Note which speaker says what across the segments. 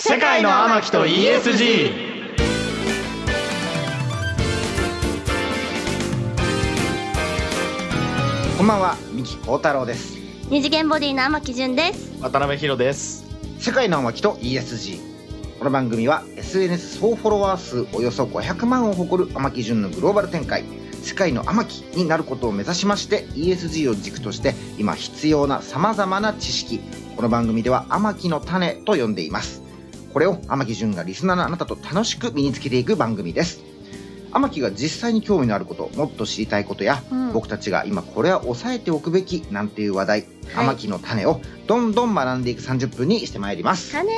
Speaker 1: 世界の天木と ESG
Speaker 2: こんばんは、三木幸太郎です。
Speaker 3: 二次元ボディの天木純です。
Speaker 1: 渡辺博です
Speaker 2: 世界の天木と ESG。この番組は SNS 総フォロワー数およそ500万を誇る天木純のグローバル展開、世界の天木になることを目指しまして、ESG を軸として今必要な様々な知識、この番組では天木の種と呼んでいます。これを天木純がリスナーのあなたと楽しく身につけていく番組です。天木が実際に興味のあること、もっと知りたいことや、
Speaker 3: うん
Speaker 2: 僕たちが今これは抑えておくべきなんていう話題、天木の種をどんどん学んでいく30分にしてまいります。
Speaker 3: かね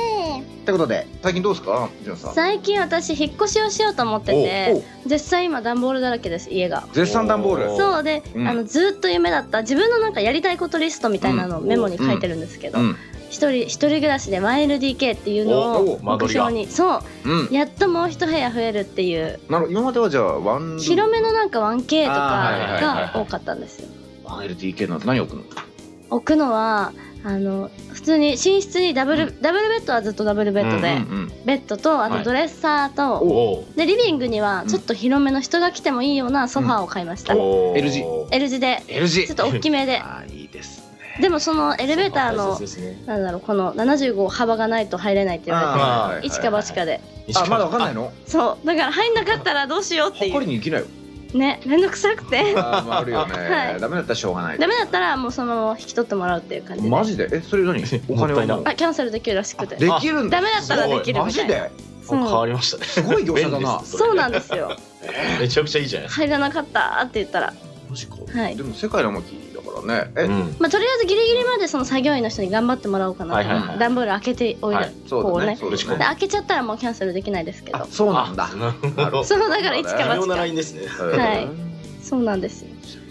Speaker 2: ってことで最近どうですかジュンさん
Speaker 3: 最近私引っ越しをしようと思って
Speaker 2: お
Speaker 3: て
Speaker 2: う
Speaker 3: 実際今段ボールだらけです家が
Speaker 2: 絶賛段ボー
Speaker 1: お
Speaker 2: ル
Speaker 3: そうで、
Speaker 2: うん
Speaker 3: あのずーっと夢だった自分のなんかやりたいことリストみたいなのをメモに書いてるんですけど、
Speaker 2: うん
Speaker 3: 一人一人暮らしで 1LDK っていうの
Speaker 1: お
Speaker 3: を
Speaker 1: お間
Speaker 3: 目
Speaker 1: 取りが
Speaker 3: 標にそう
Speaker 2: うん
Speaker 3: やっともう一部屋増えるっていう
Speaker 2: なるほど今まではじゃあワン
Speaker 3: 広めのなんか 1K と
Speaker 2: あー
Speaker 1: はいはいはい
Speaker 3: か
Speaker 1: は
Speaker 3: が
Speaker 1: い
Speaker 3: 多かったんですよ
Speaker 2: 1LDK なんて何置くの
Speaker 3: 置くのはあの普通に寝室にダブル、ダブルベッドはずっとダブルベッドで、
Speaker 2: うんうん
Speaker 3: ベッドとあ
Speaker 2: は
Speaker 3: と
Speaker 2: い
Speaker 3: ドレッサーと、
Speaker 1: おお
Speaker 3: でリビングにはちょっと広めの人が来てもいいようなソファーを買いました、
Speaker 1: お
Speaker 2: L 字
Speaker 3: L 字で
Speaker 2: L 字
Speaker 3: ちょっと大き めで
Speaker 2: あーいいですね
Speaker 3: でもそのエレベーターの
Speaker 1: そうですね
Speaker 3: なんだろうこの75幅がないと入れないって言わ
Speaker 1: あ
Speaker 2: ー
Speaker 3: れて一か八かで
Speaker 2: あまだわかんない
Speaker 1: い
Speaker 2: の
Speaker 3: そうだから入んなかったらどうしようってい
Speaker 2: 誇り
Speaker 3: う
Speaker 2: に行きなよ
Speaker 3: ねめんどくさくて
Speaker 2: あーまああるよね
Speaker 3: はい
Speaker 2: ダメだったらしょうがない
Speaker 3: ダメだったらもうそのまま引き取ってもらうっていう感じで
Speaker 2: マジでえそ れ何お金はも
Speaker 1: も
Speaker 2: う
Speaker 1: った
Speaker 3: あキャンセルできるらしくて
Speaker 2: できるんだ
Speaker 3: ダメだったらできる
Speaker 2: マ
Speaker 3: みた
Speaker 2: ジ
Speaker 3: いな
Speaker 2: で
Speaker 3: そ
Speaker 1: 変わ
Speaker 3: う
Speaker 1: りましたね
Speaker 2: すごい業者だな
Speaker 1: 便利です
Speaker 3: そうなんですよ
Speaker 1: めちゃくちゃいいじゃないです
Speaker 3: 入らなかったって言ったら
Speaker 2: マジか
Speaker 3: はい
Speaker 2: でも世界の巻だからね
Speaker 1: か
Speaker 2: え
Speaker 1: うん
Speaker 3: まあとりあえずギリギリまでその作業員の人に頑張ってもらおうか
Speaker 1: はいはい
Speaker 3: な
Speaker 1: はい
Speaker 3: と段ボール開けておい
Speaker 1: は
Speaker 3: て
Speaker 1: い
Speaker 2: そうだね
Speaker 3: こ
Speaker 2: そう
Speaker 1: 打ち
Speaker 2: だ
Speaker 1: 込
Speaker 3: で
Speaker 1: む
Speaker 2: ね
Speaker 3: 開けちゃったらもうキャンセルできないですけ
Speaker 2: あ
Speaker 3: ど
Speaker 2: そうなんだ
Speaker 1: あなるほど
Speaker 3: そうだから一か
Speaker 1: 微
Speaker 3: 八
Speaker 1: 妙なラ
Speaker 3: か
Speaker 1: インですね
Speaker 3: はい
Speaker 2: へー
Speaker 3: そうなんですよ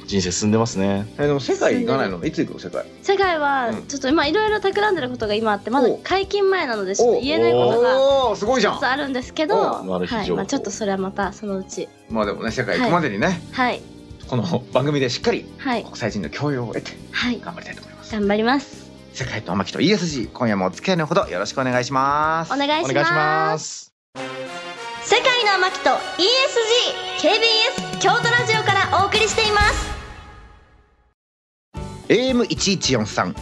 Speaker 1: 人生進んでますね
Speaker 2: えでも世界行かないのいつ行くの世界
Speaker 3: 世界は
Speaker 2: うん
Speaker 3: ちょっと今いろいろ企んでることが今あってまだ
Speaker 2: お
Speaker 3: 解禁前なのでちょっと言えないことが
Speaker 2: おおーすごいじゃ
Speaker 3: 一
Speaker 2: ん
Speaker 3: つあるんですけ
Speaker 1: お
Speaker 3: ど、
Speaker 1: マル秘
Speaker 3: はい
Speaker 1: 情報
Speaker 3: まあ、ちょっとそれはまたそのうち
Speaker 2: まあでもね世界行くまでにね、
Speaker 3: はい
Speaker 2: この番組でしっかり
Speaker 3: はい
Speaker 2: 国際人の教養を得て
Speaker 3: はい
Speaker 2: 頑張りたいと思います
Speaker 3: 頑張ります
Speaker 2: 世界と天木と ESG 今夜もお付き合いのほどよろしくお願いします
Speaker 3: お願いします
Speaker 1: す
Speaker 3: 世界の天木と ESG KBS 京都ラジオからお送りしています
Speaker 2: AM1143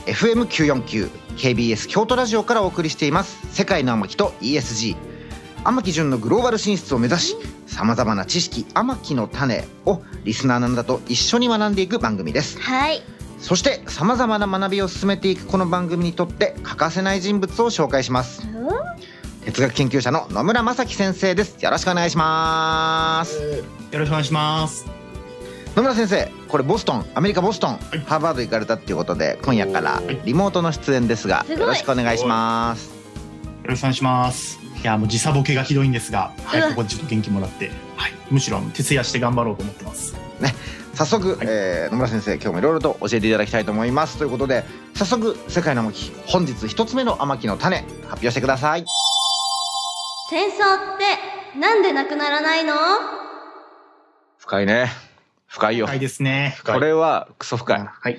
Speaker 2: FM949 KBS 京都ラジオからお送りしています世界の天木と ESG 天木純のグローバル進出を目指しさまざまな知識天木の種をリスナーのあなたと一緒に学んでいく番組です
Speaker 3: はい
Speaker 2: そしてさまざまな学びを進めていくこの番組にとって欠かせない人物を紹介します哲学研究者の野村正樹先生ですよろしくお願いします
Speaker 4: よろしくお願いします。
Speaker 2: 野村先生これボストンアメリカボストンハーバード行かれたっていうことで今夜からリモートの出演ですが
Speaker 3: すごい
Speaker 2: よろしくお願いします
Speaker 4: よろしくお願いします。いや、もう時差ボケがひどいんですが、は
Speaker 3: うわ
Speaker 4: い、ここでちょっと元気もらって、はい、むしろあの徹夜して頑張ろうと思ってます。
Speaker 2: 早速、えー野村先生今日もいろいろと教えていただきたいと思いますということで早速世界の天木本日一つ目の天木の種発表してください
Speaker 3: 戦争ってなんでなくならないのは
Speaker 2: 深いね深いよ
Speaker 4: 深いですね。
Speaker 1: 深い
Speaker 2: これはクソ深い、
Speaker 4: はい。
Speaker 3: い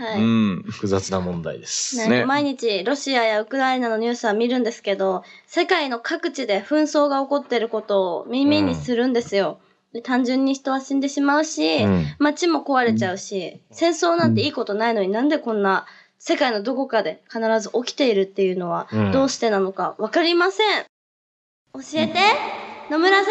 Speaker 2: うん
Speaker 1: 複雑な問題です
Speaker 3: なん
Speaker 2: ね
Speaker 3: か毎日ロシアやウクライナのニュースは見るんですけど世界の各地で紛争が起こっていることを耳にするんですよ。で単純に人は死んでしまうし、
Speaker 1: うん
Speaker 3: 街も壊れちゃうし、戦争なんていいことないのになんでこんな世界のどこかで必ず起きているっていうのは
Speaker 1: うん
Speaker 3: どうしてなのかわかりません。教えて、野村先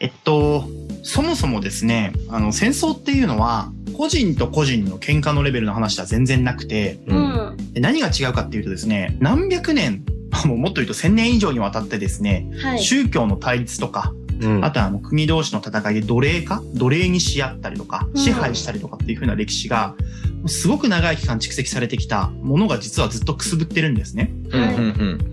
Speaker 4: えっと、そもそもですね、あの、戦争っていうのは、個人と個人の喧嘩のレベルの話では全然なくて、
Speaker 3: 生、うん、
Speaker 4: で何が違うかっていうとですね、何百年、 あもうもっと言うと1000年以上にわたってですね、
Speaker 3: はい。
Speaker 4: 宗教の対立とか、
Speaker 1: うん
Speaker 4: あとはあの国同士の戦いで奴隷化奴隷にし合ったりとか、
Speaker 3: うん
Speaker 4: 支配したりとかっていう風な歴史が、すごく長い期間蓄積されてきたものが実はずっとくすぶってるんですね。
Speaker 2: うん
Speaker 3: はい
Speaker 2: うん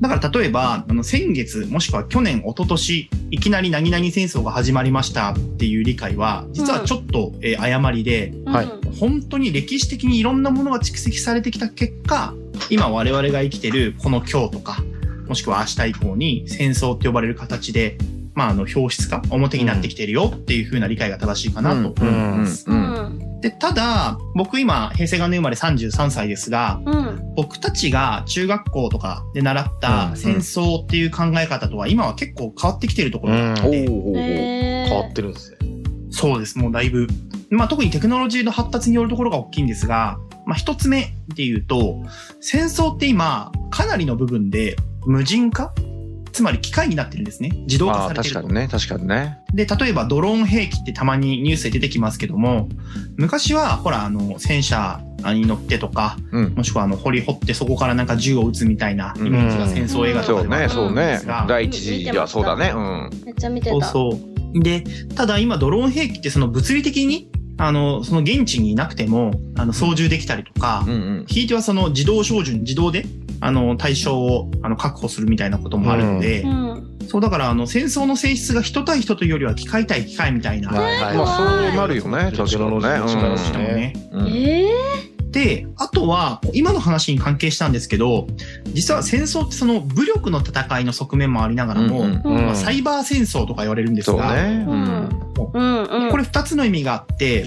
Speaker 4: だから例えば、あの先月もしくは去年、一昨年、いきなり何々戦争が始まりましたっていう理解は、実はちょっと、えー誤りで、
Speaker 1: はい
Speaker 3: うん
Speaker 4: 本当に歴史的にいろんなものが蓄積されてきた結果、今我々が生きてるこの今日とか、もしくは明日以降に戦争って呼ばれる形で、まあ、あの、表出化、表になってきてるよっていう風な理解が正しいかなと思います。
Speaker 2: うん
Speaker 3: うん
Speaker 4: で、ただ、僕今、平成元年生まれ33歳ですが、
Speaker 3: うん。
Speaker 4: 僕たちが中学校とかで習っ
Speaker 1: うんう
Speaker 4: た
Speaker 1: ん
Speaker 4: 戦争っていう考え方とは今は結構変わってきてるところがあって、
Speaker 5: おうおうおう
Speaker 3: へ
Speaker 1: 変わっ
Speaker 3: え。
Speaker 1: てるんですね。
Speaker 4: そうです、もうだいぶ。まあ、特にテクノロジーの発達によるところが大きいんですが、まあ、一つ目で言うと、戦争って今、かなりの部分で無人化つまり機械になってるんですね。自動化
Speaker 2: ま
Speaker 4: さ
Speaker 2: あ
Speaker 4: れ
Speaker 2: 確
Speaker 4: てる
Speaker 2: か
Speaker 4: と。
Speaker 2: にね確かにね
Speaker 4: で、例えばドローン兵器ってたまにニュースで出てきますけども、昔は、ほら、あの、戦車に乗ってとか、
Speaker 2: うん
Speaker 4: もしくはあの、掘り掘ってそこからなんか銃を撃つみたいなイメージが戦争映画と
Speaker 2: そ
Speaker 4: か
Speaker 2: う
Speaker 4: ではあ
Speaker 2: ね
Speaker 4: ると
Speaker 2: そう
Speaker 4: 思うんで
Speaker 2: ね
Speaker 4: すが、
Speaker 2: 第一次はそうだねうん
Speaker 3: めっちゃ見て
Speaker 4: そう
Speaker 3: た。
Speaker 4: そう。で、ただ今ドローン兵器ってその物理的に、あの、その現地にいなくても、あの、操縦できたりとか、
Speaker 2: うんうん
Speaker 4: ひいてはその自動照準、自動で、あの、対象を、あの、確保するみたいなこともあるので、
Speaker 3: うん。
Speaker 4: そうだから、あの、戦争の性質が人対人というよりは機械対機械みたいな、
Speaker 1: はい
Speaker 2: まあそうなるよね
Speaker 1: テ
Speaker 2: 確
Speaker 1: ク
Speaker 2: か
Speaker 1: ノロ
Speaker 2: に
Speaker 1: ジーの力です
Speaker 2: ね
Speaker 1: ね
Speaker 4: ね。
Speaker 2: うんうん
Speaker 3: ええ。
Speaker 4: で、あとは、今の話に関係したんですけど、実は戦争ってその武力の戦いの側面もありながらも、
Speaker 2: うんうん
Speaker 3: う
Speaker 1: うん
Speaker 3: ん。
Speaker 4: サイバー戦争とか言われるんです
Speaker 2: そう
Speaker 4: が、
Speaker 2: ね
Speaker 3: う
Speaker 2: うんん
Speaker 3: うんうん。
Speaker 4: これ2つの意味があって、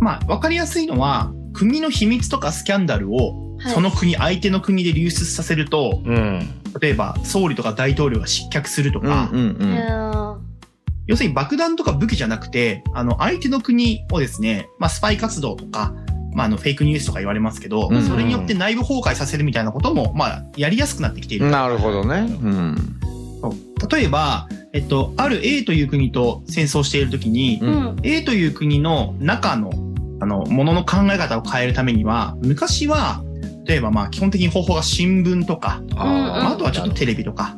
Speaker 4: まあ、わかりやすいのは、国の秘密とかスキャンダルを、
Speaker 3: はい、
Speaker 4: その国、相手の国で流出させると、
Speaker 1: うん。
Speaker 4: 例えば、総理とか大統領が失脚すると
Speaker 2: う
Speaker 4: か、
Speaker 2: んう
Speaker 3: い
Speaker 2: ん
Speaker 3: やー
Speaker 4: 要するに爆弾とか武器じゃなくて、あの、相手の国をですね、まあ、スパイ活動とか、まあ、あの、フェイクニュースとか言われますけど、
Speaker 2: うん
Speaker 4: それによって内部崩壊させるみたいなことも、まあ、やりやすくなってきている。
Speaker 2: なるほどねうん
Speaker 4: 例えば、えっと、ある A という国と戦争しているときに、
Speaker 2: う
Speaker 3: うんん。
Speaker 4: A という国の中の、あの、ものの考え方を変えるためには、昔は、例えばまあ基本的に方法が新聞とか、
Speaker 3: うん
Speaker 4: まあ、あとはちょっとテレビとか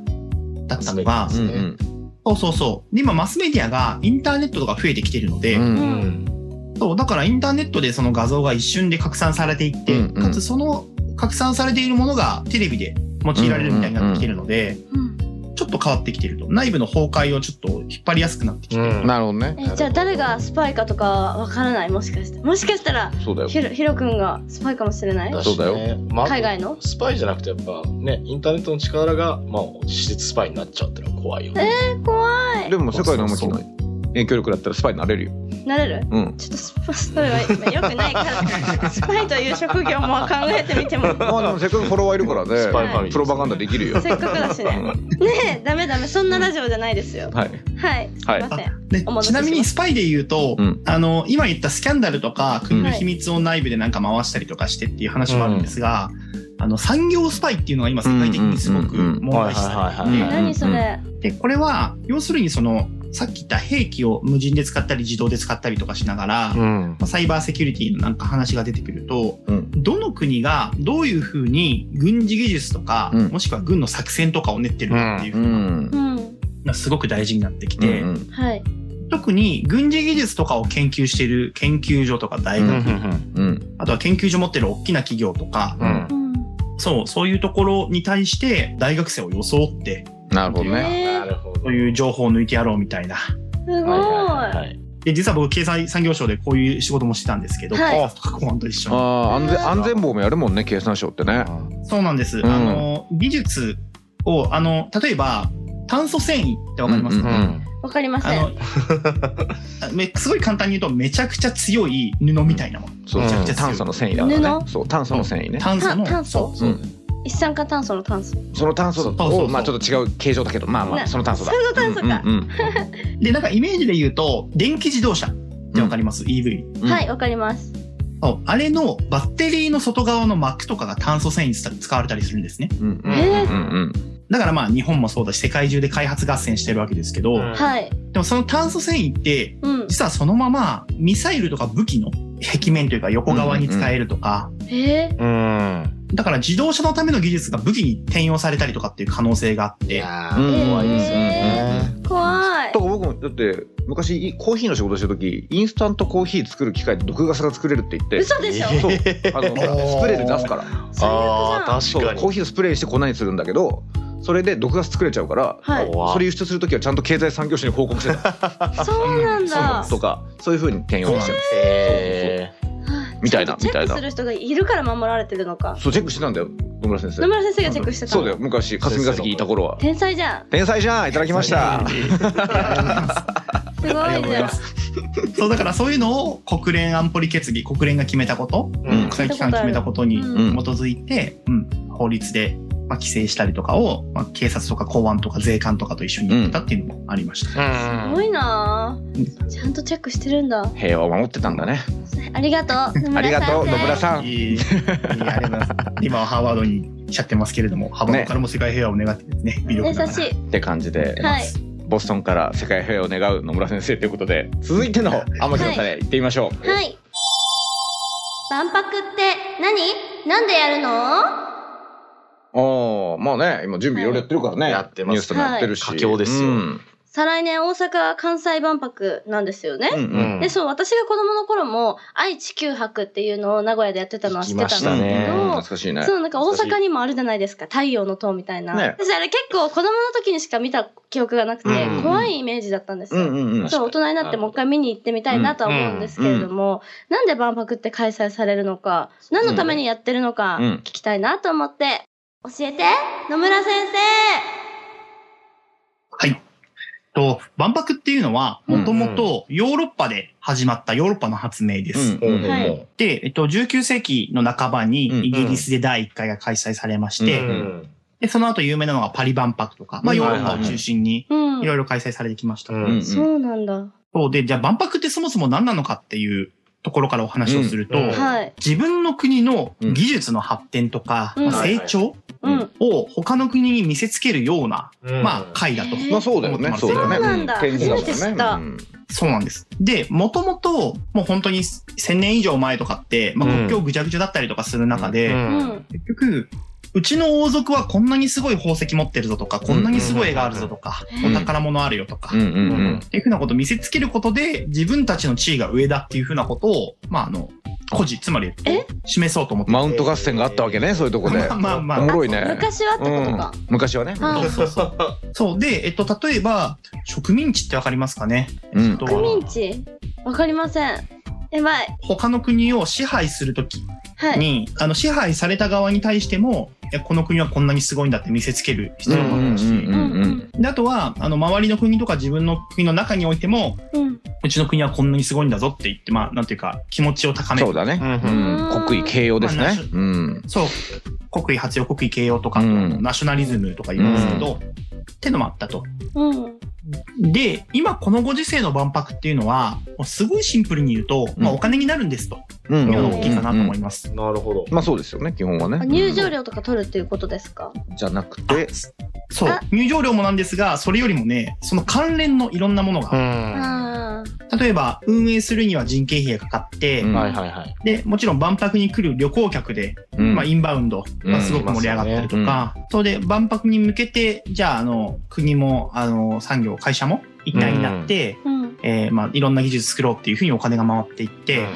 Speaker 4: だったのが
Speaker 1: う、
Speaker 2: うん
Speaker 4: そうそうそう。で、今マスメディアがインターネットとか増えてきてるので、
Speaker 2: うんうん
Speaker 1: う
Speaker 3: うん
Speaker 1: ん。
Speaker 4: そう、だからインターネットでその画像が一瞬で拡散されていって、
Speaker 2: うんうん
Speaker 4: かつその拡散されているものがテレビで用いられるみたいになってきてるので、
Speaker 3: うん
Speaker 4: ちょっと変わってきてると。内部の崩壊をちょっと引っ張りやすくなってきてる。
Speaker 1: うん
Speaker 2: なるほどね
Speaker 3: えじゃあ誰がスパイかとかわからないもしかしてもしかしたら
Speaker 2: そうだよ
Speaker 3: ヒロヒロ君がスパイかもしれない
Speaker 1: だし
Speaker 2: そうだ
Speaker 1: ねまあ
Speaker 3: 海外の
Speaker 1: スパイじゃなくてやっぱね、インターネットの力が、まあ、実質スパイになっちゃうってのは怖いよね。
Speaker 3: 怖
Speaker 2: でも世界の向きの影響力だったらスパイになれるよ
Speaker 3: いなれる
Speaker 2: うん
Speaker 3: ちょっとスパそれはよくないからスパイという職業も考えてみても
Speaker 2: まあでもせっかくフォロワーいるからね
Speaker 1: スパイファミリー
Speaker 2: プロパガンダできるよ
Speaker 3: せっかくだし
Speaker 2: う
Speaker 3: ね
Speaker 2: ん
Speaker 3: ねえダメダメそんなラジオじゃないですよ
Speaker 2: はい
Speaker 3: はいすいません
Speaker 4: で
Speaker 3: お待たせしまし
Speaker 4: ち
Speaker 3: た
Speaker 4: なみにスパイで言うと、
Speaker 2: うん
Speaker 4: あの今言ったスキャンダルとか国の秘密を内部でなんか回したりとかしてっていう話もあるんですが、あの産業スパイっていうのが今世界的にすご
Speaker 2: う
Speaker 4: く
Speaker 2: んうんうん
Speaker 4: 問題視されてい
Speaker 2: はいはいはいはい
Speaker 3: 何
Speaker 4: て
Speaker 3: それ
Speaker 4: でこれは要するにそのさっき言った兵器を無人で使ったり自動で使ったりとかしながら、ま
Speaker 1: ん。
Speaker 4: あサイバーセキュリティのなんか話が出てくると、
Speaker 2: うん
Speaker 4: どの国がどういうふうに軍事技術とか、
Speaker 2: うん
Speaker 4: もしくは軍の作戦とかを練ってるかってい
Speaker 2: う
Speaker 4: うふうなん
Speaker 3: うん
Speaker 4: のがすごく大事になってき
Speaker 2: うんう
Speaker 4: て、
Speaker 2: ん
Speaker 3: はい
Speaker 4: 特に軍事技術とかを研究している研究所とか大学、
Speaker 2: うんうん
Speaker 4: あとは研究所持ってる大きな企業とか、
Speaker 2: うん
Speaker 3: うん
Speaker 4: そう、そういうところに対して大学生を装って、
Speaker 2: なるほどね
Speaker 1: な
Speaker 3: えー
Speaker 1: るほど。
Speaker 4: そういう情報を抜いてやろうみたいな。
Speaker 3: すご
Speaker 1: はいは
Speaker 3: い
Speaker 1: いはいはい。
Speaker 4: で、実は僕、経済産業省でこういう仕事もしてたんですけど、
Speaker 3: はい
Speaker 4: あ過去問と一緒に。
Speaker 2: ああ安全安全棒もやるもんね経産省ってね
Speaker 4: そうなんです。
Speaker 2: ん
Speaker 4: あの、技術を、あの、例えば、炭素繊維ってわかりますか、
Speaker 2: うんうん
Speaker 3: わかりま
Speaker 4: あ
Speaker 3: せん
Speaker 4: の あめ、すごい簡単に言うと、めちゃくちゃ強い布みたいなもの。
Speaker 2: そう
Speaker 1: めちゃくちゃ強い
Speaker 2: 炭素の繊維だからね
Speaker 3: 布
Speaker 2: そう炭素の繊維ね
Speaker 4: 炭素
Speaker 3: た
Speaker 4: の。
Speaker 3: 炭素
Speaker 1: そうね
Speaker 3: 一酸化炭素の炭素
Speaker 2: その炭素
Speaker 4: そうそうそ
Speaker 2: を
Speaker 4: う
Speaker 2: まあちょっと違う形状だけどまあまあ
Speaker 3: ね
Speaker 2: その炭素だ
Speaker 3: その炭素か
Speaker 2: うんうん
Speaker 4: で、なんかイメージで言うと、電気自動車ってわかります、?EV。
Speaker 2: うん
Speaker 3: はいわかります
Speaker 4: そうあれのバッテリーの外側の膜とかが炭素繊維に使われたりするんですね。
Speaker 2: うんうん
Speaker 3: え
Speaker 2: うん
Speaker 3: ー
Speaker 2: うん
Speaker 4: だからまあ日本もそうだし世界中で開発合戦してるわけですけど、
Speaker 1: うん
Speaker 3: はい
Speaker 4: でもその炭素繊維って
Speaker 3: うん
Speaker 4: 実はそのままミサイルとか武器の壁面というか横側に使えるとか、
Speaker 3: えー
Speaker 1: うん。
Speaker 4: だから自動車のための技術が武器に転用されたりとかっていう可能性があっ
Speaker 1: い
Speaker 4: て、
Speaker 1: や
Speaker 2: う
Speaker 1: ー、
Speaker 2: んうん
Speaker 1: 怖いですよ
Speaker 3: え
Speaker 1: ね。
Speaker 3: 怖い
Speaker 2: だから僕もだって昔コーヒーの仕事してる時インスタントコーヒー作る機械で毒ガスが作れるって言って
Speaker 3: 嘘でしょ
Speaker 1: えー
Speaker 2: そうあのほらスプレーで出すから
Speaker 3: 最悪じゃ
Speaker 1: あ
Speaker 3: ん
Speaker 1: ー
Speaker 2: そう
Speaker 1: 確か
Speaker 2: コー
Speaker 1: に。
Speaker 2: ヒーをスプレーして粉にするんだけどそれで毒ガス作れちゃうから
Speaker 3: はい
Speaker 1: 怖
Speaker 2: それ輸出する時はちゃんと経済産業省に報告してた
Speaker 3: そうなんだ
Speaker 2: とかそういうふうに転用してる
Speaker 1: え
Speaker 2: みたいな
Speaker 3: ちゃんと
Speaker 2: みたい
Speaker 3: チ
Speaker 2: な
Speaker 3: ェックする人がいるから守られてるのか
Speaker 2: そうチェックしてたんだよ野村先生
Speaker 3: 野村先生がチェックしてた
Speaker 2: そ
Speaker 3: の
Speaker 2: うだよ昔霞が関いた頃は
Speaker 3: 天才じゃん
Speaker 2: 天才じゃんいただきました
Speaker 4: ありがとうございます
Speaker 3: すごい
Speaker 4: ありがとうござい
Speaker 3: ね。
Speaker 4: ます。そうだからそういうのを国連安保理決議、国連が決めたこと、
Speaker 1: うん
Speaker 4: 国際機関決めたことに基
Speaker 3: うん
Speaker 4: づいて、うん法律で、まあ、規制したりとかを、まあ、警察とか公安とか税関とかと一緒にやってたっていうのもありました。
Speaker 3: すごいなぁちゃんとチェックしてるんだ。
Speaker 2: 平和を守ってたんだね。
Speaker 3: ありがとう。野
Speaker 2: あり
Speaker 3: 村
Speaker 2: がと
Speaker 3: さ
Speaker 2: う、
Speaker 3: ん
Speaker 2: 野村
Speaker 3: ね。
Speaker 2: さん。
Speaker 4: いえいえいえありがとうございます。今はハーバードにしちゃってますけれども、ハーバードからも世界平和を願ってですね、魅力だ
Speaker 3: 優
Speaker 4: か
Speaker 3: し
Speaker 4: ら
Speaker 3: い。
Speaker 2: って感じで、
Speaker 3: はい。
Speaker 2: ボストンから世界平和を願う野村先生ということで、続いての天城のタレ、行ってみましょう。
Speaker 3: はい。万博って何なんでやるの
Speaker 2: おーまあね、今準備いろいろやってるからね。
Speaker 1: はいやってます
Speaker 2: ニュースともやってるし。
Speaker 1: はい佳境ですよ
Speaker 2: うん
Speaker 3: 再来年大阪・関西万博なんですよね。
Speaker 2: うん
Speaker 1: う
Speaker 2: うん
Speaker 1: ん
Speaker 3: で、そう、私が子供の頃も、愛地球博っていうのを名古屋でやってたのは知ってたんですけど、
Speaker 1: 行きましたね
Speaker 2: うん懐かしいね。
Speaker 3: そう、なんか大阪にもあるじゃないですか。太陽の塔みたいな。
Speaker 2: ね
Speaker 3: 私あれ結構子供の時にしか見た記憶がなくて、
Speaker 1: うん
Speaker 3: 怖いイメージだったんです
Speaker 2: う
Speaker 3: よ。
Speaker 2: んうんうん。
Speaker 3: そう、大人になってもう一回見に行ってみたいなとは思うんですけれども、なんで万博って開催されるのか、何のためにやってるのか
Speaker 2: うん、
Speaker 3: 聞きたいなと思って、教えて野村先
Speaker 4: と、万博っていうのは、もともとヨーロッパで始まったヨーロッパの発明です。
Speaker 2: うんうん
Speaker 3: はい
Speaker 1: うん
Speaker 4: で、えっと、19世紀の半ばに
Speaker 2: うん
Speaker 4: イギリスで第1回が開催されまして、
Speaker 1: うん
Speaker 4: で、その後有名なのがパリ万博とか、まあ、
Speaker 2: うん
Speaker 4: ヨーロッパを中心に
Speaker 3: 生うん
Speaker 4: いろいろ開催されてきました。
Speaker 1: う
Speaker 2: うん
Speaker 1: ん
Speaker 3: そうなんだ。
Speaker 4: そうで、じゃあ万博ってそもそも何なのかっていうところからお話をすると、
Speaker 1: うんうん
Speaker 3: はい。
Speaker 4: 自分の国の技術の発展とか、
Speaker 3: うん
Speaker 4: まあ成長
Speaker 3: うん。
Speaker 4: を他の国に見せつけるような、
Speaker 1: うん
Speaker 4: まあ、会だと。
Speaker 3: へえ
Speaker 2: まあそうだよね、そうだよね。
Speaker 3: そうなんだ
Speaker 2: 展示もんね
Speaker 3: 初めて知った
Speaker 2: うん
Speaker 4: そうなんです。で、もともと、もう本当に1000年以上前とかって、まあ、
Speaker 1: うん
Speaker 4: 国境ぐちゃぐちゃだったりとかする中
Speaker 1: う
Speaker 4: で、
Speaker 1: ん
Speaker 3: うん。
Speaker 4: 結局、うちの王族はこんなにすごい宝石持ってるぞとか、こんなにすごい絵があるぞとか、
Speaker 3: うん
Speaker 4: お宝物あるよとか、
Speaker 2: うん
Speaker 4: っ
Speaker 2: うんうん。
Speaker 4: ていうふうなことを見せつけることで、自分たちの地位が上だっていうふうなことを、まあ、あの、誇示、つまり
Speaker 3: え、
Speaker 4: 示そうと思って。
Speaker 2: マウント合戦があったわけね、そういうとこで
Speaker 4: まあ。まあま
Speaker 2: おも
Speaker 4: あ。
Speaker 2: ろいね。
Speaker 3: 昔はってことか。
Speaker 2: うん昔はね。
Speaker 3: あ
Speaker 4: そうそうそう。そう。で、えっと、例えば、植民地ってわかりますかね
Speaker 2: うん
Speaker 4: と
Speaker 3: 植民地わかりません。やばい。
Speaker 4: 他の国を支配するとき
Speaker 3: はい。
Speaker 4: に、あの、支配された側に対しても、いやこの国はこんなにすごいんだって見せつける必要もあるし、
Speaker 2: うんうんうん
Speaker 4: であとは、あの、周りの国とか自分の国の中においても、
Speaker 3: うん。
Speaker 4: うちの国はこんなにすごいんだぞって言って、まあ、なんていうか、気持ちを高める。
Speaker 2: そうだね。
Speaker 1: うん
Speaker 2: う
Speaker 3: うん
Speaker 2: ん。国威形容です
Speaker 4: まあ
Speaker 2: ね
Speaker 4: ナシ。ョ
Speaker 2: うん。
Speaker 4: そう。国威発揚、国威形容とか、
Speaker 2: うん
Speaker 4: ナショナリズムとか言うんですけど、ってのもあったと。
Speaker 3: うん。
Speaker 4: で、今このご時世の万博っていうのは、もうすごいシンプルに言うと、まあ
Speaker 2: うん
Speaker 4: お金になるんですと
Speaker 2: う
Speaker 4: い
Speaker 2: ん
Speaker 4: うのが大きいかなと思い
Speaker 2: うん
Speaker 4: ま す。
Speaker 1: なるほど。
Speaker 2: まあそうですよね、基本はね。
Speaker 3: 入場料とか取るっていうことですか
Speaker 2: じゃなくて、
Speaker 4: そう
Speaker 3: あ。
Speaker 4: 入場料もなんですが、それよりもね、その関連のいろんなものが、
Speaker 1: は
Speaker 3: ああ。
Speaker 4: 例えば運営するには人件費がかかって、
Speaker 2: うん
Speaker 1: いはいはい。
Speaker 4: で、もちろん万博に来る旅行客で、
Speaker 2: うん
Speaker 4: まあインバウンドがすごく盛り上がったりとか、それで万博に向けて、じゃあ、あの、国も、あの、産業、会社も一体になって、
Speaker 3: うん。
Speaker 4: えーまあいろんな技術作ろうっていうふうにお金が回っていって、
Speaker 1: うん
Speaker 2: うんう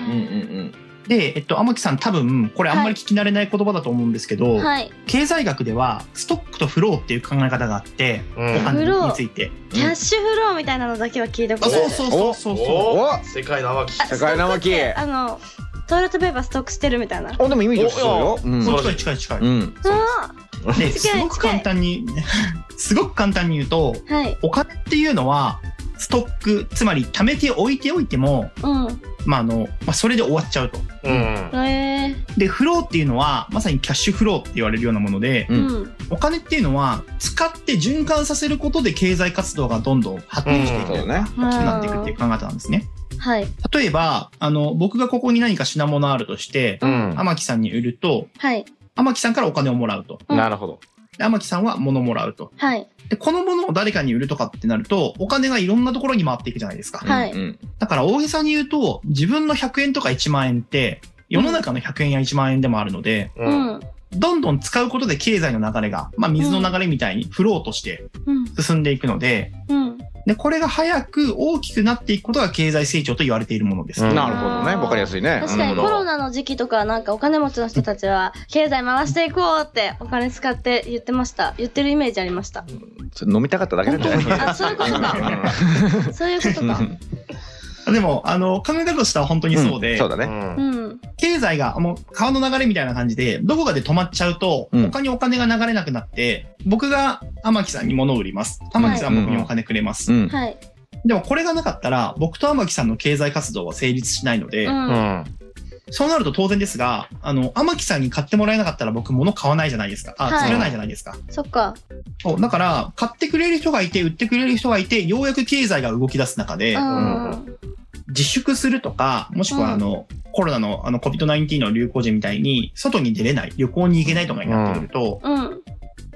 Speaker 2: ん
Speaker 4: で、えっと、天木さん多分、これあんまり聞き慣れない言葉だと思うんですけど、
Speaker 3: はい。
Speaker 4: 経済学では、ストックとフローっていう考え方があって、
Speaker 1: う
Speaker 4: お
Speaker 1: ん
Speaker 4: 金について。
Speaker 3: キャッシュフローみたいなのだけは聞いたこ
Speaker 4: あ
Speaker 3: とある
Speaker 4: そうそうそうそうそう。
Speaker 1: お
Speaker 2: お
Speaker 1: 世界の天
Speaker 3: あ
Speaker 1: 城
Speaker 2: 世界生き
Speaker 3: ストックってあの、トイレットペーパーストックしてるみたいな。
Speaker 2: おでもイメージはそうよ。う
Speaker 4: そ
Speaker 2: ん
Speaker 4: う近い近い近い。
Speaker 2: うん。
Speaker 3: あ
Speaker 4: で、
Speaker 3: 近い
Speaker 4: すごく簡単に、 すごく簡単に言うと、
Speaker 3: あはい。
Speaker 4: お金っていうのは、ストック、つまり貯めておいておいても、
Speaker 3: う
Speaker 4: まああの、まあ、それで終わっちゃうと。
Speaker 1: うん
Speaker 3: ん。え
Speaker 4: で、フローっていうのは、まさにキャッシュフローって言われるようなもので、
Speaker 2: う
Speaker 3: え。うんん。
Speaker 4: お金っていうのは、使って循環させることで経済活動がどんどん発展していく
Speaker 2: そう。だね。
Speaker 4: 大きくなっていくっていう考え方なんですね。
Speaker 3: はい。
Speaker 4: 例えば、あの、僕がここに何か品物あるとして、
Speaker 1: うん
Speaker 4: 天木さんに売ると、
Speaker 3: はい。
Speaker 4: 天木さんからお金をもらうと。
Speaker 3: うん
Speaker 1: なるほど。
Speaker 4: で天木さんは物をもらうと。
Speaker 3: はい。
Speaker 4: で、この物を誰かに売るとかってなると、お金がいろんなところに回っていくじゃないですか。
Speaker 3: はい
Speaker 2: うん
Speaker 4: だから大げさに言うと、自分の100円とか1万円って、世の中の100円や1万円でもあるので、
Speaker 1: う
Speaker 3: う。ん。
Speaker 4: どんどん使うことで経済の流れが、まあ水の流れみたいにフローとして
Speaker 3: うん。
Speaker 4: 進んでいくので、
Speaker 3: うん。
Speaker 4: で、これが早く大きくなっていくことが経済成長と言われているものです。
Speaker 1: うん
Speaker 2: なるほどね。わかりやすいね。
Speaker 3: 確かに
Speaker 2: うん
Speaker 3: コロナの時期とかなんかお金持ちの人たちは経済回していこうってお金使って言ってました言ってるイメージありました
Speaker 2: それ飲みたかっただけなんじゃない
Speaker 3: あそういうことかそういうことか
Speaker 4: でも、あの、考え方としては本当にそうで、
Speaker 2: そうだ
Speaker 1: う。
Speaker 2: ね。
Speaker 3: うんん
Speaker 4: 経済がもう川の流れみたいな感じで、どこかで止まっちゃうと、
Speaker 2: うん
Speaker 4: 他にお金が流れなくなって、僕が天木さんに物を売ります。天木さんは僕にお金くれます。
Speaker 2: うん。
Speaker 3: はい
Speaker 4: でもこれがなかったら、僕と天木さんの経済活動は成立しないので、
Speaker 3: うん。
Speaker 1: うん。
Speaker 4: そうなると当然ですが、あの、天木さんに買ってもらえなかったら僕物買わないじゃないですか。あ、
Speaker 3: はい
Speaker 4: 作らないじゃないですか。
Speaker 3: そっか。
Speaker 4: そうだから、買ってくれる人がいて、売ってくれる人がいて、ようやく経済が動き出す中で
Speaker 3: う、ん。
Speaker 4: 自粛するとか、もしくは
Speaker 3: うん
Speaker 4: あの、コロナのあの COVID-19 の流行時みたいに、外に出れない、旅行に行けないとかになってくると、
Speaker 3: うん。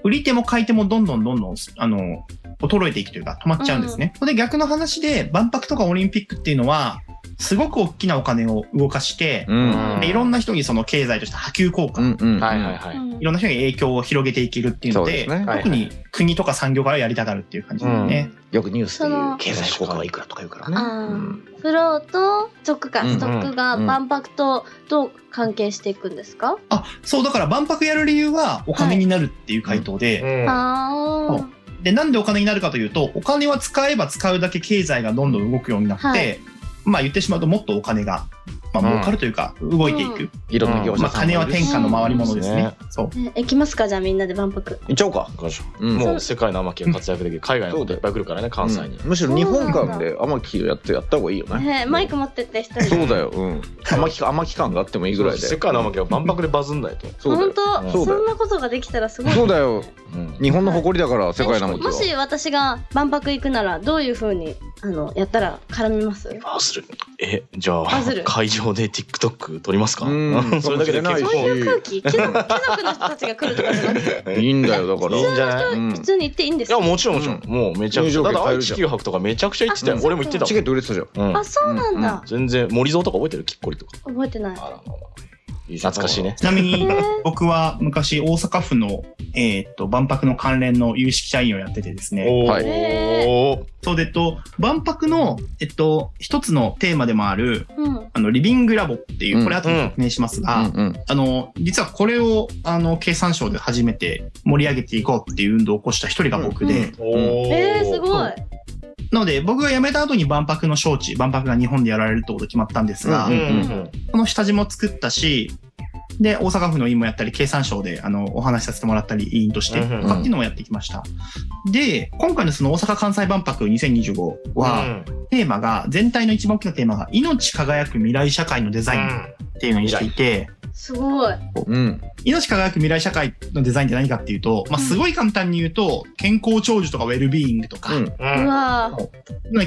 Speaker 4: 売り手も買い手もどんどんどんどん、あの、衰えていくというか、止まっちゃうんですね。で、逆の話で、万博とかオリンピックっていうのは、すごく大きなお金を動かして、
Speaker 2: うん
Speaker 4: でいろんな人にその経済として波及効果、
Speaker 2: うんうん
Speaker 1: はいはいはい。
Speaker 3: うん
Speaker 4: いろんな人に影響を広げていけるっていう
Speaker 2: そ
Speaker 4: の
Speaker 2: うで
Speaker 4: で、
Speaker 2: すね
Speaker 1: はい
Speaker 4: 特に国とか産業からやりたがるっていう感じですね。
Speaker 5: よくニュースで
Speaker 3: そ
Speaker 5: いう
Speaker 3: の
Speaker 5: 経済効果はいくらとか言うからね。
Speaker 3: あー
Speaker 5: うん
Speaker 3: フローとストックか、
Speaker 2: うん
Speaker 3: ストックが
Speaker 2: うん
Speaker 3: 万博とどう関係していくんですか、
Speaker 4: あ、そう、だから万博やる理由はお金になるっていう回答で、
Speaker 1: うん
Speaker 3: ああ
Speaker 4: そうで、なんでお金になるかというと、お金は使えば使うだけ経済がどんどん動くようになって、
Speaker 3: はい
Speaker 4: まあ言ってしまうともっとお金が、ま
Speaker 1: うん
Speaker 4: あ儲かるというか、動いていく。
Speaker 2: いろんな業
Speaker 4: ま
Speaker 2: 者
Speaker 4: あ
Speaker 2: さんもい
Speaker 4: 金
Speaker 2: るし
Speaker 4: は天下の回り物ですね。そう。
Speaker 3: え行きますかじゃあみんなで万博
Speaker 2: 行っちゃおうか。
Speaker 1: 行きましょ
Speaker 2: う
Speaker 1: うんもう世界のアマキが活躍できる海外のこといっぱい来るからね関西に
Speaker 2: うん、むしろ日本間で天木をやってやった方がいいよね、
Speaker 3: えーマイク持ってって一人
Speaker 2: そうだようん天木か天木感があってもいいぐらいで
Speaker 1: 世界のアマキは万博でバズんないと。
Speaker 2: そうだ
Speaker 3: 本
Speaker 2: よ
Speaker 3: 当
Speaker 2: そ
Speaker 3: そう
Speaker 2: だよ
Speaker 3: んなことができたらすごい
Speaker 2: そうだよ
Speaker 1: うん
Speaker 2: 日本の誇りだから世界のアマ
Speaker 3: え
Speaker 2: キ
Speaker 3: も
Speaker 2: は
Speaker 3: し私が万博行くならどういうふうにあのやったら絡みます
Speaker 1: バズる。え、じゃあ
Speaker 3: バズる
Speaker 1: 会場で TikTok 撮りますか
Speaker 2: うん
Speaker 1: それだけで結
Speaker 2: か
Speaker 1: 構
Speaker 2: も
Speaker 3: そ
Speaker 2: しれない
Speaker 3: ういう空気貴族貴族の人たちが来るとかじゃなくて
Speaker 2: いいんだよだから
Speaker 1: いいんじゃない
Speaker 2: うん
Speaker 3: 普通に行っていいんで
Speaker 1: い
Speaker 3: す
Speaker 1: や
Speaker 3: か
Speaker 1: もちろんもちろん、もうめちゃくちゃ
Speaker 2: 入場
Speaker 1: た
Speaker 2: 券
Speaker 1: だ
Speaker 2: 買え
Speaker 1: 愛
Speaker 2: るじ
Speaker 1: 知
Speaker 2: ゃん
Speaker 1: 九博とかめちゃくちゃ行ってたよ
Speaker 3: あ
Speaker 1: 俺も行ってた
Speaker 2: チ
Speaker 1: も
Speaker 2: ケット売れてたじゃん
Speaker 1: ん、うん
Speaker 3: あそうなんだ、
Speaker 1: 全然森蔵とか覚えてるきっこりとか
Speaker 3: 覚えてない
Speaker 1: 懐かしいね
Speaker 4: ちなみ
Speaker 3: え
Speaker 4: に
Speaker 3: ー、
Speaker 4: 僕は昔大阪府の、えーっと、万博の関連の有識者委員をやっててですね。
Speaker 1: お
Speaker 2: はい
Speaker 1: お
Speaker 4: そうで、えっと、万博の、えっと、一つのテーマでもある、
Speaker 3: うん
Speaker 4: あの、リビングラボっていうう、
Speaker 2: ん
Speaker 4: これ後で説明しますが、
Speaker 2: うんうん
Speaker 4: あの、実はこれを、あの、経産省で初めて盛り上げていこうっていう運動を起こした一人が僕で、
Speaker 3: うん
Speaker 1: おー
Speaker 3: えー、す
Speaker 1: い
Speaker 3: ごい
Speaker 4: なので、僕が辞めた後に万博の招致、万博が日本でやられるってこと決まったんですが、
Speaker 2: うんうん
Speaker 4: この下地も作ったし、で、大阪府の委員もやったり、経産省で、あの、お話しさせてもらったり、委員として、
Speaker 1: うんうん
Speaker 4: とかっていうのもやってきました。で、今回のその大阪・関西万博2025は、テーマが、全体の一番大きなテーマが、命輝く未来社会のデザインっていうのにしていて、
Speaker 3: すごい
Speaker 2: うん
Speaker 4: 命輝く未来社会のデザインって何かっていうと、まあ、すごい簡単に言うと、健康長寿とかウェルビーイングとか、
Speaker 2: うん
Speaker 3: うわ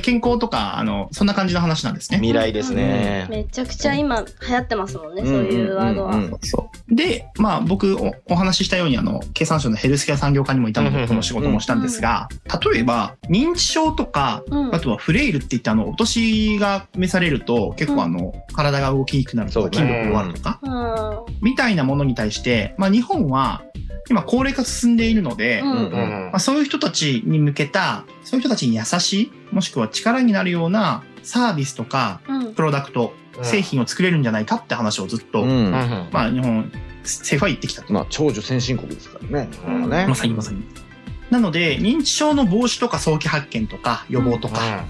Speaker 4: 健康とか、あの、そんな感じの話なんですね。
Speaker 1: 未来です
Speaker 3: ー
Speaker 1: ね
Speaker 3: めちゃくちゃ今流行ってますもんね、
Speaker 2: ん
Speaker 3: そういうワードは、
Speaker 2: うんうん
Speaker 4: そう。で、まあ僕おお話ししたようにあの、経産省のヘルスケア産業課にもいたの
Speaker 1: うんうんう
Speaker 4: で、
Speaker 1: ん
Speaker 4: この仕事もしたんですが、例えば認知症とか、
Speaker 3: うん
Speaker 4: あとはフレイルっていってあの、お年が召されると結構あの、体が動きにくくなると
Speaker 2: そうね
Speaker 4: か、筋力が弱るとか、
Speaker 3: うん
Speaker 4: みたいなものに対して、まあ日本は今高齢化進んでいるので、
Speaker 3: うん
Speaker 2: うんうん
Speaker 4: まあ、そういう人たちに向けた、そういう人たちに優しい、もしくは力になるようなサービスとか、
Speaker 3: うん
Speaker 4: プロダクト、製品を作れるんじゃないかって話をずっと、
Speaker 2: うん
Speaker 4: まあ日本、政府は言ってきたと。
Speaker 2: まあ長寿先進国ですからね
Speaker 1: うん
Speaker 2: ね
Speaker 4: まさにまさに。なので、認知症の防止とか早期発見とか予防とか、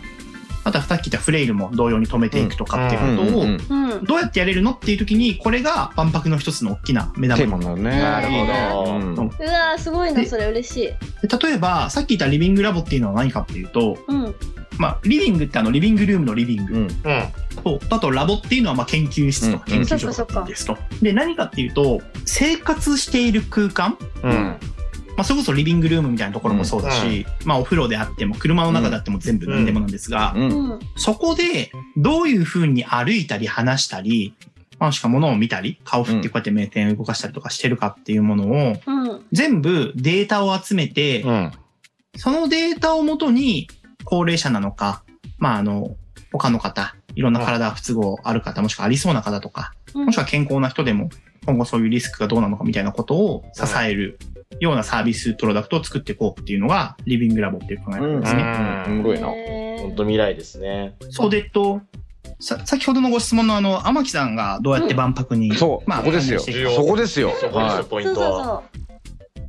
Speaker 4: あとはさっき言ったフレイルも同様に止めていくとかって
Speaker 2: うん
Speaker 4: いううことを
Speaker 2: ん、
Speaker 3: うん
Speaker 4: どうやってやれるのっていう時に、これが万博の一つの大きな目
Speaker 2: テーマ
Speaker 4: 玉。
Speaker 2: になるね
Speaker 3: なる
Speaker 1: ほど
Speaker 2: うん
Speaker 3: うわーすごいな
Speaker 4: で
Speaker 3: それ嬉しい
Speaker 4: で例えば、さっき言ったリビングラボっていうのは何かっていうと、
Speaker 3: うん
Speaker 4: まあ、リビングってあの、リビングルームのリビング
Speaker 2: うん
Speaker 4: と、あとラボっていうのはまあ研究室とか
Speaker 2: うんう
Speaker 4: 研
Speaker 2: ん
Speaker 4: 究所とかですと。で、何かっていうと、生活している空間まあ、それこそリビングルームみたいなところもそうだし、まあ、お風呂であっても、車の中であっても全部何でもなんですが、
Speaker 2: うん
Speaker 3: うん
Speaker 4: そこでどういう風に歩いたり話したり、まあ、もしくは物を見たり、顔を振ってこうやって目線を動かしたりとかしてるかっていうものを、
Speaker 3: うん
Speaker 4: 全部データを集めて、そのデータをもとに、高齢者なのか、まあ、あの、他の方、いろんな体不都合ある方、もしくはありそうな方とか、
Speaker 3: うん
Speaker 4: もしくは健康な人でも、今後そういうリスクがどうなのかみたいなことを支えるようなサービス、プロダクトを作っていこうっていうのが、リビングラボっていう考え方ですね。
Speaker 2: うんおもろいな
Speaker 3: へー
Speaker 1: 本当未来ですね
Speaker 4: そうで、えっと、さ、先ほどのご質問のあの、天木さんがどうやって万博に、
Speaker 2: そうそこですよ
Speaker 4: 関連していく
Speaker 1: 重要
Speaker 2: そこですよ
Speaker 1: そこですよ
Speaker 2: は
Speaker 1: ポイ
Speaker 3: そ
Speaker 1: ン
Speaker 3: う
Speaker 1: トは
Speaker 3: そ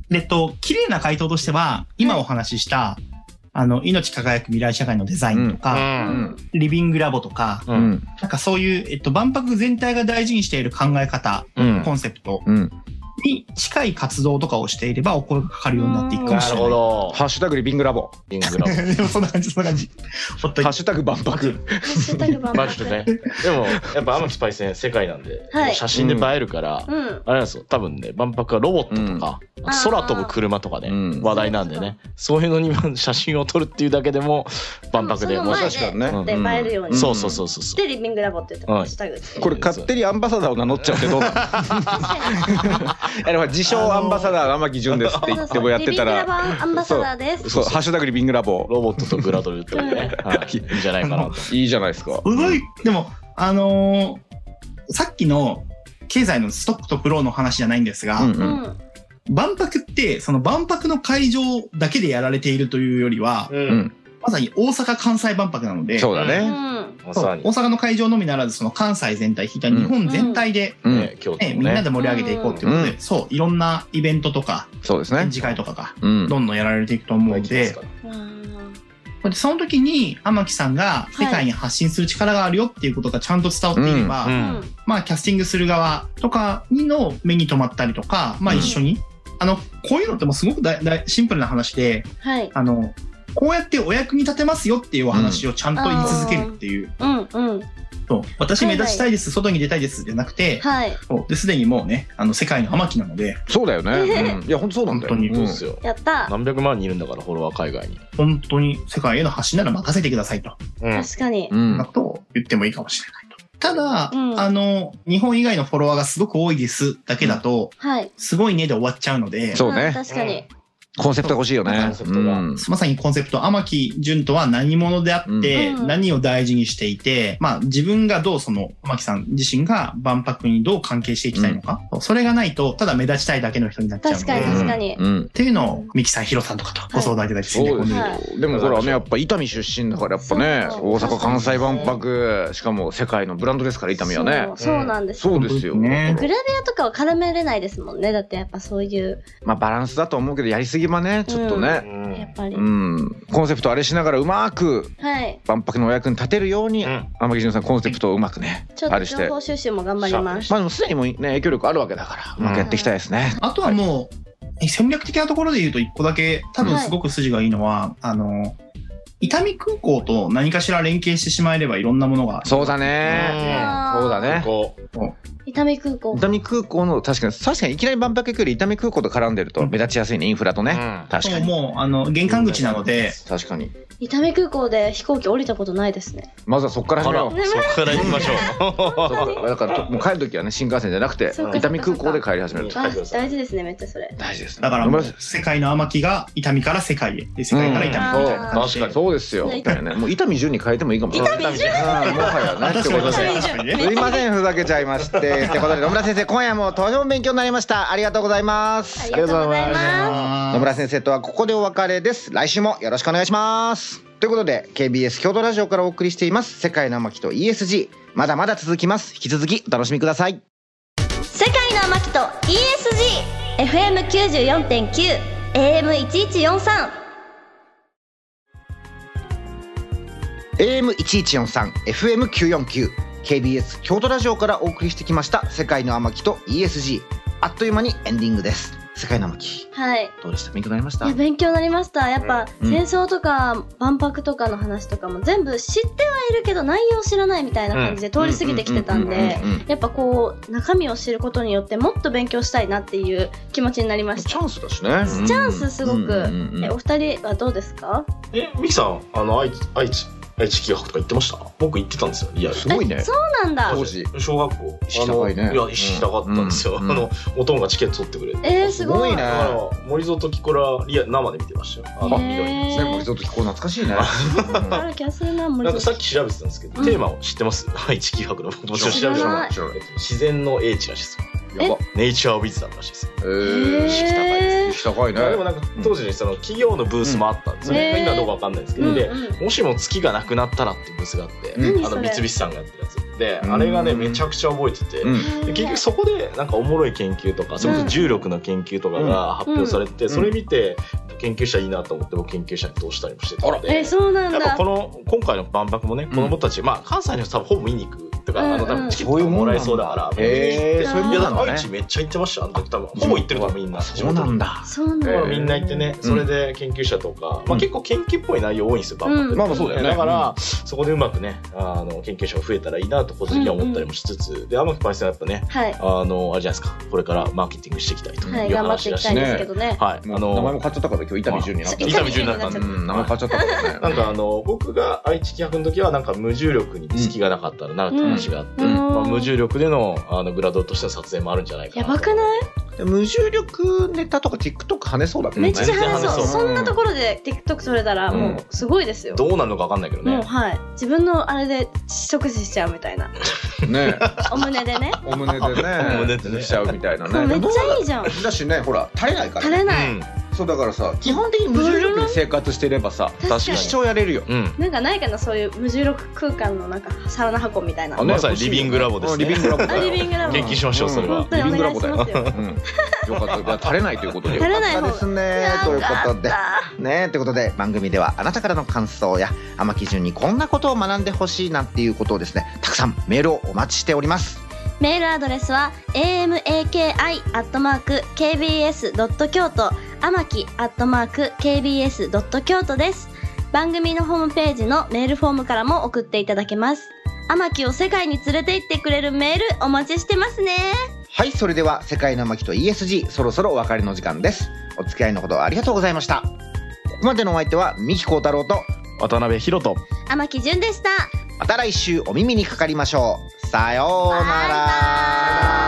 Speaker 3: う
Speaker 4: で、えっと、綺麗な回答としては、今お話しした、あの、命輝く未来社会のデザインとか、
Speaker 3: そう、
Speaker 1: ん
Speaker 2: ん
Speaker 4: リビングラボとか、
Speaker 2: いうん
Speaker 4: なんかそういう、えっと、万博全体が大事にしている考え方、
Speaker 1: うん
Speaker 4: コンセプト
Speaker 2: うん
Speaker 4: に近い活動とかをしていればお声がかかるようになっていくかも
Speaker 1: な
Speaker 4: しれ
Speaker 1: る
Speaker 4: ない。
Speaker 1: ほど。
Speaker 2: ハッシュタグリビングラボ。
Speaker 1: リングラボ。
Speaker 4: でもそんな感じ、そんな感じ。ほっとい
Speaker 2: ハ
Speaker 4: て
Speaker 2: ッシュタグ万博。
Speaker 3: ッシュタグ万
Speaker 1: マジで
Speaker 3: 博。
Speaker 1: ね。でも、やっぱ天木パイセン世界なんで、
Speaker 3: はい
Speaker 1: もう写真で映えるから、
Speaker 3: うん。
Speaker 1: あれなんですよ。多分ね、万博はロボットとか、
Speaker 3: ん
Speaker 1: 空飛ぶ車とかね、
Speaker 2: うん
Speaker 1: 話題なんでね。そういうのに写真を撮るっていうだけでも、万博で
Speaker 3: そ
Speaker 1: も
Speaker 3: の
Speaker 1: う
Speaker 3: 前
Speaker 2: 確かにね
Speaker 3: で撮って映えるように。
Speaker 2: ん
Speaker 1: そうそうそうそうそう。
Speaker 3: で、リビングラボって言って
Speaker 1: うん
Speaker 3: ハッシュタグつけて
Speaker 2: これ勝手にアンバサダーを名乗っちゃってどうなのあの自称アンバサダーの天木純ですって言ってもやってた
Speaker 3: リビング
Speaker 2: ら、
Speaker 3: ラボアンバサダーです。
Speaker 2: そう、ハッシュタグリビングラボ。
Speaker 1: ロボットとグラドルっていうね、はいいいんじゃないかなと。
Speaker 2: いいじゃないですか。
Speaker 4: 動いでも、あのーさっきの経済のストックとフローの話じゃないんですが、
Speaker 2: うんう。
Speaker 3: うんん。
Speaker 4: 万博って、その万博の会場だけでやられているというよりは、
Speaker 1: う
Speaker 2: うん
Speaker 1: ん。
Speaker 4: まさに大阪・関西万博なので、
Speaker 2: そうだ
Speaker 3: う
Speaker 2: ね。
Speaker 3: ん。
Speaker 1: ま
Speaker 4: そう
Speaker 1: さ
Speaker 4: 大
Speaker 1: に、
Speaker 4: 阪の会場のみならず、その関西全体、ひいては日本全体で、
Speaker 2: うん、
Speaker 1: ね、京都
Speaker 4: ね
Speaker 1: も
Speaker 4: みんな
Speaker 1: ね
Speaker 4: で。盛り上げていこうということで、
Speaker 2: う
Speaker 4: そう、いろんなイベントとか、
Speaker 2: そうですね
Speaker 4: 展。示会とかが、
Speaker 2: うん。
Speaker 4: どんどんやられていくと思うの
Speaker 1: いっぱい来ます
Speaker 4: で
Speaker 1: か、ら
Speaker 3: うん
Speaker 4: でその時に天木さんが世界に発信する力があるよっていうことがちゃんと伝わっていれば、
Speaker 1: う。
Speaker 3: うんん。
Speaker 4: まあ、キャスティングする側とかにの目に留まったりとか、まあ、
Speaker 2: うん
Speaker 4: 一緒に、あのこういうのってもうすごくだいだいシンプルな話で
Speaker 3: はい。
Speaker 4: あのこうやってお役に立てますよっていうお話をちゃんと言い続けるっていう、
Speaker 3: うんうん。
Speaker 4: そう私目立ちたいです外に出たいですじゃなくて
Speaker 3: はい。
Speaker 4: そうですでにもうねあの世界の天木なので
Speaker 2: そうだよね。 うんいや、本当そうなんだよ。
Speaker 4: 本
Speaker 1: そ
Speaker 4: 当に
Speaker 1: ううんっすよ。
Speaker 3: やった。
Speaker 1: 何百万人いるんだから、フォロワー海外に。
Speaker 4: 本当に世界への発信なら任せてくださいと、
Speaker 1: うん。
Speaker 3: 確かに。
Speaker 2: うん
Speaker 4: な。ことを言ってもいいかもしれないと。ただ、
Speaker 3: うん
Speaker 4: あの日本以外のフォロワーがすごく多いですだけだと、
Speaker 3: はい。
Speaker 4: すごいねで終わっちゃうので
Speaker 2: そうね
Speaker 3: ん確かに。
Speaker 2: コンセプトが欲しいよ
Speaker 1: コ
Speaker 2: ね
Speaker 1: ン。セプトが
Speaker 2: うん
Speaker 4: まさにコンセプト、天木純とは何者であって、
Speaker 3: うん
Speaker 4: 何を大事にしていて、まあ自分がどうその、天木さん自身が万博にどう関係していきたいのか、それがないと、ただ目立ちたいだけの人になっちゃうので、
Speaker 3: 確かに確かに。
Speaker 2: うん
Speaker 4: っていうのを、ミキさん、ヒロさんとかとご相談いただいて、
Speaker 2: そうです
Speaker 4: ね
Speaker 2: よ、
Speaker 3: は
Speaker 2: でもほらねやっぱ伊丹出身だからやっぱね
Speaker 3: そう
Speaker 2: 大阪関西万博しかも世界のブランドですから伊丹はね
Speaker 3: そうそうなんです。
Speaker 2: そうですよ、
Speaker 4: ね
Speaker 3: グラビアとかは絡めれないですもんね。だってやっぱそういう、
Speaker 2: まあバランスだと思うけどやりすぎはねちょっと
Speaker 1: う
Speaker 2: ね、
Speaker 1: ん
Speaker 3: やっぱり。
Speaker 2: うんコンセプトあれしながらうまく
Speaker 3: はい。
Speaker 2: 万博のお役に立てるように、
Speaker 1: うん
Speaker 2: 天木純さんコンセプトをうまくね
Speaker 3: ちょっ
Speaker 2: あ
Speaker 3: と
Speaker 2: れし
Speaker 3: 情
Speaker 2: て
Speaker 3: 報収集も頑張ります。
Speaker 2: まあでもすでにもうね影響力あるわけだからうまくやっていきたいですね、
Speaker 4: あとはもう、戦略的なところで言うと一個だけ、多分すごく筋がいいのは、あの、伊丹空港と何かしら連携してしまえればいろんなものが
Speaker 2: そうだね、
Speaker 1: ね
Speaker 3: あー
Speaker 2: そうだね
Speaker 1: こ
Speaker 3: 伊丹空港
Speaker 2: 伊。丹空港の確かに確かにいきなり万博行くより伊丹空港と絡んでると目立ちやすいねインフラと
Speaker 1: う
Speaker 2: ね、
Speaker 1: ん
Speaker 2: 確かに
Speaker 4: もう、あの、玄関口なので、
Speaker 2: 確かに
Speaker 3: 伊丹空港で飛行機降りたことないですね。
Speaker 2: まずはそこから始めよう
Speaker 1: あらそっから行きましょ う。
Speaker 2: そうかだからともう帰る時はね新幹線じゃなくて
Speaker 3: そう
Speaker 1: か
Speaker 2: 伊丹空港で帰り始める
Speaker 1: そ
Speaker 2: と
Speaker 1: うか
Speaker 3: あ、大事ですね。めっちゃそれ。
Speaker 2: 大事ですね
Speaker 4: だから
Speaker 2: ご
Speaker 4: も
Speaker 2: めん
Speaker 4: う
Speaker 2: なさい
Speaker 4: 世界の天木が痛みから世界へで世界から痛みみたいな感じで、
Speaker 1: うん
Speaker 2: そうですよみたいなねもう伊丹順に変えてもいいかもしれない
Speaker 1: 伊丹順
Speaker 2: うんもはやねってこと
Speaker 3: 確か
Speaker 2: で
Speaker 3: に
Speaker 4: 確かにね
Speaker 2: すいませんふざけちゃいましてってことで野村先生今夜もとても勉強になりましたありがとうございます
Speaker 3: ありがとうございます。
Speaker 2: 野村先生とはここでお別れです来週もよろしくお願いしますということで KBS 京都ラジオからお送りしています世界の天木と ESG まだまだ続きます引き続きお楽しみください
Speaker 3: 世界の天木と ESG FM 九十四点九 AM 一一四三
Speaker 5: AM1143 FM949 KBS 京都ラジオからお送りしてきました「世界の天木と ESG」あっという間にエンディングです世界の天木
Speaker 3: はい。
Speaker 5: どうでした勉強になりまし
Speaker 3: い
Speaker 5: た
Speaker 3: や勉強になりましたやっぱ、
Speaker 5: うん
Speaker 3: 戦争とか万博とかの話とかも全部知ってはいるけど内容知らないみたいな感じで通り過ぎてきてたんで
Speaker 2: うんうんうんうん
Speaker 3: やっぱこう中身を知ることによってもっと勉強したいなっていう気持ちになりまし
Speaker 2: チ
Speaker 3: た
Speaker 2: ャンスだしね
Speaker 3: チャンスすごく
Speaker 2: うんうんうんうん
Speaker 3: えお二人はどうですか
Speaker 1: え、ミキさん、あの、愛知、愛知、愛知企画とか行ってました僕行ってたんですよ、リアル。
Speaker 2: すごいね
Speaker 3: えそうなんだ
Speaker 2: 当時
Speaker 1: 小学校。
Speaker 2: 意識高いね
Speaker 1: あのいや、意識高かったんですよ。
Speaker 2: うんうん
Speaker 1: あの、おとんがチケット取ってくれて。
Speaker 3: えー、すご
Speaker 2: すご
Speaker 3: い
Speaker 2: い
Speaker 1: だ
Speaker 2: ね
Speaker 1: から、森蔵とキコラ、リア生で見てましたよ。あの、
Speaker 3: へー
Speaker 1: 緑の。
Speaker 2: ね、森蔵と聞こう懐かしいね。
Speaker 3: ある気がするな森
Speaker 1: なんか
Speaker 3: さん
Speaker 1: さっき調べてたんですけど、
Speaker 3: うん
Speaker 1: テーマを知ってます愛知企画の。もちろん調べて
Speaker 3: 知ら
Speaker 1: ま
Speaker 3: ない
Speaker 1: す。自然の英知らしいですよ。
Speaker 2: やば。
Speaker 1: ネイチャーウィズだったらしいですよ。
Speaker 2: えー、
Speaker 3: へ
Speaker 2: 意識高いね。意識高いね
Speaker 1: まあで。もなんか当時その企業のブースもあったんですよね。
Speaker 3: うん
Speaker 1: まあ今はどうかわかんないですけ
Speaker 3: うんう
Speaker 1: ど。
Speaker 3: ん
Speaker 1: で、もしも月がなくなったらってブースがあって、
Speaker 3: 何
Speaker 1: あの
Speaker 3: そ
Speaker 1: 三
Speaker 3: れ
Speaker 1: 菱さんがやってるやつで、
Speaker 2: うん
Speaker 1: あれがねめちゃくちゃ覚えてて、
Speaker 2: うん。
Speaker 1: で結局そこでなんかおもろい研究とかそれこそ重力の研究とかが発表されて、
Speaker 2: ん
Speaker 1: それ見て研究者いいなと思って僕研究者に通したりもしてたんで
Speaker 3: えそうなん
Speaker 1: やっぱ
Speaker 3: だ
Speaker 1: この今回の万博もね子どもたち、まあ関西の人多分ほぼ見に行くとか、あの、多
Speaker 3: うんう
Speaker 1: 分
Speaker 3: ん
Speaker 1: チケットとかもらえそうだから。
Speaker 2: へえそういう
Speaker 1: い
Speaker 2: も
Speaker 1: や、
Speaker 2: ん
Speaker 1: だ
Speaker 2: な
Speaker 1: から
Speaker 2: の
Speaker 1: 愛
Speaker 2: ね
Speaker 1: 知めっちゃ行ってましたよ、あの時多分。ほぼ行ってるからみんな。
Speaker 2: そうなんだ
Speaker 3: そう
Speaker 1: 地元
Speaker 3: なの
Speaker 1: に。みんな行ってね、それで研究者とか、まあ結構研究っぽい内容多いんですよ、バンバン
Speaker 3: うん
Speaker 2: まあまあそうだよね
Speaker 1: だから、そこでうまくね、あの、研究者が増えたらいいなと、個人的には思ったりもしつつ、で、天木パイセンはやっぱね、
Speaker 3: はい。
Speaker 1: あの、あれじゃないですか、これからマーケティングしていきたいと
Speaker 3: はいい、
Speaker 1: う
Speaker 3: 頑張っ
Speaker 1: 話
Speaker 3: てい
Speaker 1: ら
Speaker 3: き
Speaker 1: しい
Speaker 3: たいん
Speaker 1: で。
Speaker 3: ですすけどね。
Speaker 1: はい。
Speaker 2: も
Speaker 1: あ
Speaker 2: う名前
Speaker 1: の、
Speaker 2: も買っちゃったから今日痛み順になった
Speaker 3: あ
Speaker 1: 痛み順になったん
Speaker 3: 痛
Speaker 1: で
Speaker 3: み。
Speaker 2: うん名前買っちゃったからね
Speaker 1: なんかあの、僕が愛知企画の時は、なんか無重力に隙がなかったらなるって話があって、
Speaker 3: うん
Speaker 1: まあ、無重力でのあのグラドルとしての撮影もあるんじゃないか
Speaker 3: や
Speaker 1: な
Speaker 3: ばくない
Speaker 2: 無重力ネタとか TikTok 跳ねそうだけど
Speaker 3: め
Speaker 2: ね
Speaker 3: っちゃ跳ねそう。
Speaker 1: うん
Speaker 3: そんなところで TikTok 撮れたら、もうすごいですよ。
Speaker 1: どうなるのかわかんないけど
Speaker 3: もう
Speaker 1: ね。
Speaker 3: はい。自分のあれで食事しちゃうみたいな。
Speaker 2: ね
Speaker 3: お胸でね。
Speaker 2: お胸でね
Speaker 1: お胸でね
Speaker 2: しちゃうみたいな
Speaker 3: そう
Speaker 2: ね
Speaker 3: めっちゃいいじゃん。
Speaker 2: だしねほら垂れないから
Speaker 3: 垂れ
Speaker 1: う
Speaker 3: ない。
Speaker 1: ん。
Speaker 2: そうだからさ基本的に無重力で生活してればさ
Speaker 3: 確かに
Speaker 2: 一生やれるよ
Speaker 1: うん。
Speaker 3: なんかないかな、そういう無重力空間のなんかサウナ箱みたいな。
Speaker 1: あ
Speaker 3: あ、
Speaker 1: まさにリビングラボですね
Speaker 2: うんリビングラボだよ
Speaker 3: リビングラボ。
Speaker 1: 元気しましょうそれは
Speaker 3: 本当にお
Speaker 2: リビングラ
Speaker 3: 願い
Speaker 2: ボ
Speaker 3: し
Speaker 2: だよ
Speaker 3: ます
Speaker 2: う
Speaker 3: よ。
Speaker 2: んよかったいや垂れないということで
Speaker 3: 垂れない
Speaker 2: よ
Speaker 3: 方
Speaker 2: かっ
Speaker 3: が
Speaker 2: たですね ということで
Speaker 3: あ
Speaker 2: ねということで番組ではあなたからの感想や天木順にこんなことを学んでほしいなんていうことをですねたくさんメールをお待ちしております
Speaker 3: メールアドレスは amaki.kbs.kyoto 天木 .kbs.kyoto です。番組のホームページのメールフォームからも送っていただけます。天木を世界に連れて行ってくれるメールお待ちしてますね。
Speaker 2: はいそれでは「世界の巻」と ESG そろそろお別れの時間ですお付き合いのほどありがとうございましたここまでのお相手は三木幸太郎と
Speaker 1: 渡辺宏と。
Speaker 3: 天木純でした。
Speaker 2: また来週お耳にかかりましょうさようなら
Speaker 3: バイバーイ